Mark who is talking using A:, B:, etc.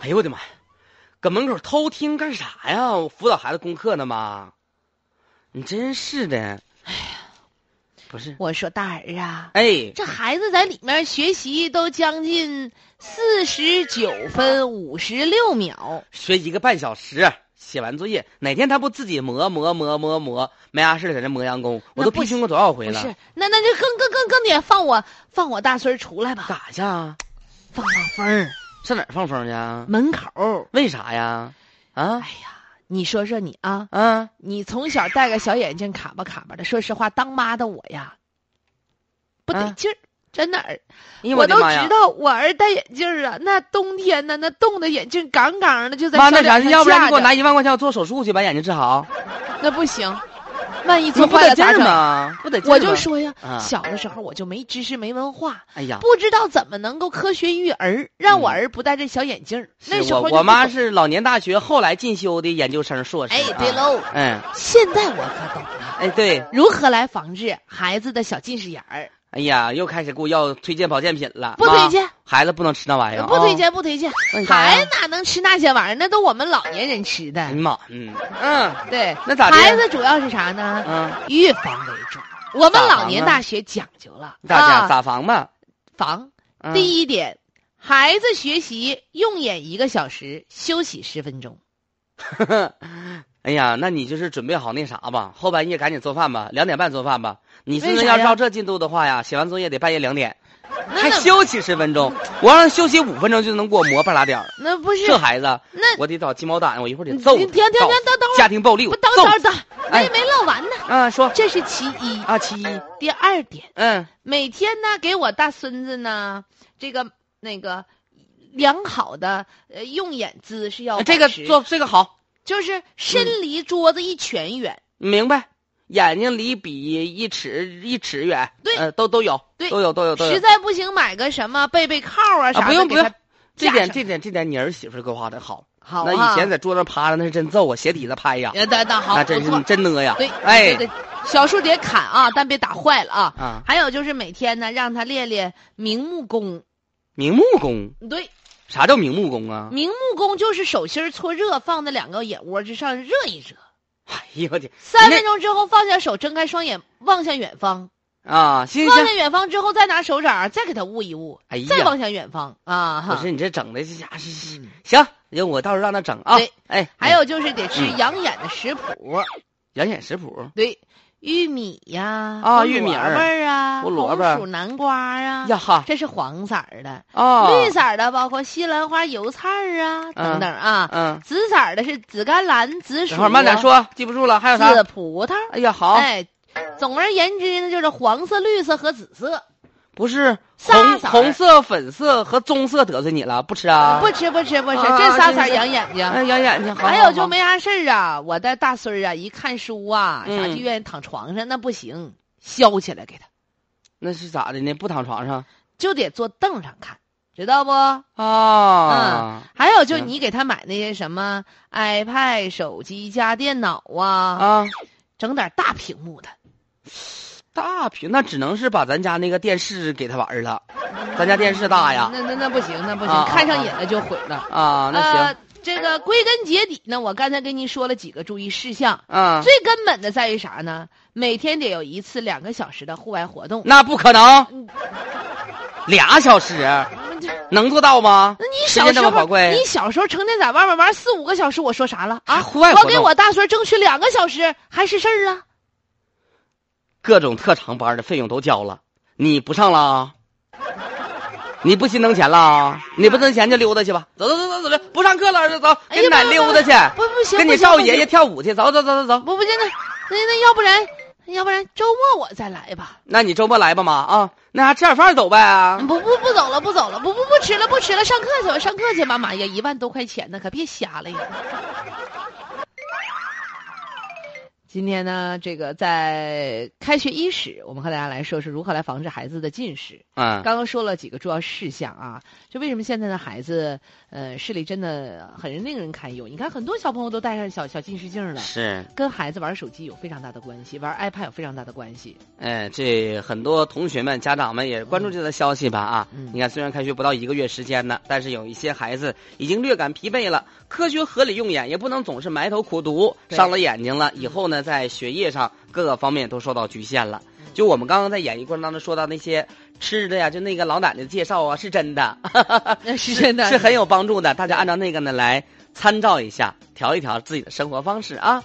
A: 哎呦我的妈呀，搁门口偷听干啥呀？我辅导孩子功课呢嘛。你真是的，哎呀，不是，
B: 我说大儿啊，
A: 哎，
B: 这孩子在里面学习都将近四十九分五十六秒，
A: 学一个半小时，啊写完作业，哪天他不自己磨磨磨磨磨，没啥事儿在那磨洋工，我
B: 那
A: 都
B: 不
A: 批评过多少
B: 不
A: 回了？
B: 是，那那就更更更更得放我放我大孙儿出来
A: 干
B: 吧，
A: 啥去啊？
B: 放放风儿，
A: 上哪儿放风去啊？
B: 门口儿。
A: 为啥呀？
B: 哎
A: 啊
B: 呀，你说说你啊，
A: 啊！
B: 你从小戴个小眼镜，卡巴卡巴的。说实话，当妈的我呀，不得
A: 啊
B: 劲儿，真的儿。
A: 哎呀
B: 我
A: 的
B: 都
A: 妈
B: 知
A: 呀！
B: 道我儿戴眼镜儿啊，那冬天呢，那冻的眼镜杠杠的，就在
A: 妈，那啥，
B: 小脸上
A: 要不然你给我
B: 架
A: 拿一万块钱，我做手术去，把眼睛治好。
B: 着那不行，万一
A: 你
B: 做
A: 不
B: 坏
A: 得
B: 了
A: 劲
B: 咋
A: 儿
B: 整？
A: 吗？不得劲儿
B: 我就
A: 吗，
B: 说呀，
A: 啊
B: 小的时候我就没知识没文化，
A: 哎呀，
B: 不知道怎么能够科学育儿，让我
A: 嗯
B: 儿不戴这小眼镜儿。那
A: 是
B: 时候
A: 我
B: 就
A: 我
B: 不
A: 妈
B: 懂
A: 是老年大学后来进修的研究生硕士。
B: 哎，对
A: 啊，
B: 喽，
A: 嗯，
B: 现在我可懂了，
A: 哎对，
B: 如何来防治孩子的小近视眼儿。
A: 哎呀，又开始给我要推荐保健品了。
B: 不
A: 妈哎
B: 推荐，呃
A: 孩子不能吃那玩意儿。哦
B: 不推。荐，不推荐，
A: 那你咋呀
B: 孩子哪能吃那些玩意儿？那都我们老年人吃的
A: 哎呀。妈，嗯嗯，
B: 对，
A: 那咋的？
B: 孩子主要是啥呢？
A: 嗯，
B: 预防为主。我们
A: 咋防
B: 老年
A: 啊
B: 大学讲究了
A: 大家
B: 啊，
A: 咋防吧？
B: 防。
A: 嗯
B: 第一点，孩子学习用眼一个小时，休息十分钟。
A: 哎呀，那你就是准备好那啥吧，后半夜赶紧做饭吧，两点半做饭吧。你现在
B: 为啥
A: 要
B: 呀
A: 照这进度的话呀，写完作业得半夜两点，还
B: 那怎么
A: 休息十分钟。我让他休息五分钟就能给我磨半拉点儿，
B: 那不是
A: 这孩子，
B: 那
A: 我得找鸡毛掸子，我一会儿得
B: 你
A: 揍
B: 你
A: 他。
B: 停停
A: 告诉
B: 停等等会儿
A: 家庭暴力，
B: 不
A: 我
B: 等
A: 揍
B: 等等，没
A: 哎
B: 没唠完呢。
A: 啊！说
B: 这是其一。
A: 啊，其一，
B: 第二点，
A: 嗯，
B: 每天呢给我大孙子呢这个那个良好的呃用眼姿势要
A: 哎这
B: 保
A: 个
B: 持
A: 做这个好，
B: 就是身离桌子一拳远。
A: 明白？眼睛离笔一尺一尺远，
B: 对
A: 呃，都都有，
B: 对
A: 都有，都有，都有
B: 实。在不行买个什么背背靠啊啥的、
A: 啊，不用不
B: 给他
A: 用，这
B: 架
A: 点
B: 上
A: 这点这点你儿媳妇儿规划的好。
B: 好
A: 那
B: 啊
A: 以前在桌上趴着，那是真揍啊，鞋底子拍呀，
B: 呃等等好，
A: 那
B: 不
A: 真是
B: 错
A: 你真呢呀。
B: 对，
A: 哎
B: 对对小树得砍啊，但别打坏了啊。
A: 啊，
B: 还有就是每天呢，让他练练明目功。
A: 明目功，
B: 对，
A: 啥叫明目功啊？
B: 明目功就是手心儿搓热，放在两个眼窝之上热一热。
A: 哎呦我天
B: 三分钟之后放下手，睁开双眼望向远方，
A: 啊！行
B: 望
A: 行，
B: 向远方之后再拿手掌再给他捂一捂，
A: 哎
B: 再
A: 呀，
B: 望向远方啊
A: 不
B: 哈。
A: 是你这整的这家伙是是
B: 嗯
A: 行，行，我到时候让他整啊
B: 对。
A: 哎，
B: 还有就是得吃
A: 嗯
B: 养眼的食谱，
A: 养眼食谱，
B: 对，玉米呀，
A: 啊
B: 胡
A: 玉米
B: 萝
A: 儿
B: 卜儿啊，
A: 胡萝卜儿
B: 红薯、南瓜啊，
A: 呀哈
B: 这是黄色儿的，
A: 啊，
B: 绿色儿的包括西兰花、油菜儿啊等等啊，
A: 嗯，
B: 紫色儿的是紫甘蓝、紫薯啊
A: 等会儿，慢点说，记不住了，还有啥？
B: 紫葡萄，
A: 哎呀，好，
B: 哎，总而言之呢，就是黄色、绿色和紫色。
A: 不是
B: 仨
A: 红
B: 色儿
A: 红色、粉色和棕色得罪你了，不吃啊？
B: 呃不吃不吃不吃，
A: 啊
B: 这仨色儿
A: 这
B: 养眼睛。
A: 哎，养眼睛，好
B: 还
A: 好
B: 有就
A: 好
B: 没啥事儿啊，我带大孙儿啊，一看书啊，啥就
A: 嗯
B: 愿意躺床上，那不行，削起来给他，
A: 那是咋的呢？不躺床上
B: 就得坐凳上看，知道不？
A: 啊？
B: 还有就
A: 行
B: 你给他买那些什么 iPad、手机加电脑啊，
A: 啊，
B: 整点大屏幕的。
A: 大屏那只能是把咱家那个电视给他玩儿了，咱家电视大呀
B: 嗯那那那不行，那不行，
A: 啊啊
B: 看上瘾了就毁了。
A: 啊，那行
B: 呃，这个归根结底呢，我刚才跟您说了几个注意事项，
A: 啊，
B: 最根本的在于啥呢？每天得有一次两个小时的户外活动。
A: 那不可能，俩小时能做到吗？
B: 嗯那你
A: 时
B: 小
A: 间
B: 时
A: 这么宝
B: 候，
A: 贵
B: 你小时候成天在外面玩四五个小时，我说啥了啊？
A: 户外活
B: 我
A: 动
B: 给我大孙争取两个小时还是事儿啊？
A: 各种特长班的费用都交了，你不上了啊？你不心疼钱了啊？你不挣钱就溜达去吧，走走走走走，不上课了，儿子走，
B: 哎呀
A: 跟奶
B: 不
A: 溜达去，
B: 不不行，
A: 跟
B: 不
A: 你
B: 行
A: 少
B: 不
A: 爷
B: 行
A: 爷跳舞去，走走走走走。
B: 不不真的，那那要不然，要不然周末我再来吧。
A: 那你周末来吧，妈啊，那啥吃点饭走呗啊。
B: 不不不走了，不走了，不不不吃了，不吃了，上课去吧，上课去吧。妈呀，一万多块钱呢，可别瞎了呀！ 今天呢，这个在开学伊始，我们和大家来说是如何来防治孩子的近视。
A: 嗯，
B: 刚刚说了几个主要事项啊，就为什么现在的孩子，呃，视力真的很令人堪忧。你看，很多小朋友都戴上小小近视镜了，
A: 是，
B: 跟孩子玩手机有非常大的关系，玩 iPad 有非常大的关系。
A: 哎，这很多同学们、家长们也关注这则消息吧啊！
B: 嗯
A: 你看，虽然开学不到一个月时间呢，但是有一些孩子已经略感疲惫了。科学合理用眼，也不能总是埋头苦读，
B: 对嗯
A: 伤了眼睛了，以后呢，在学业上各个方面都受到局限了
B: 嗯。
A: 就我们刚刚在演绎过程当中说到那些吃的呀，就那个老奶奶的介绍啊，是真的，
B: 那 是 真的，
A: 是很有帮助的。大家按照那个呢来参照一下，调一调自己的生活方式啊。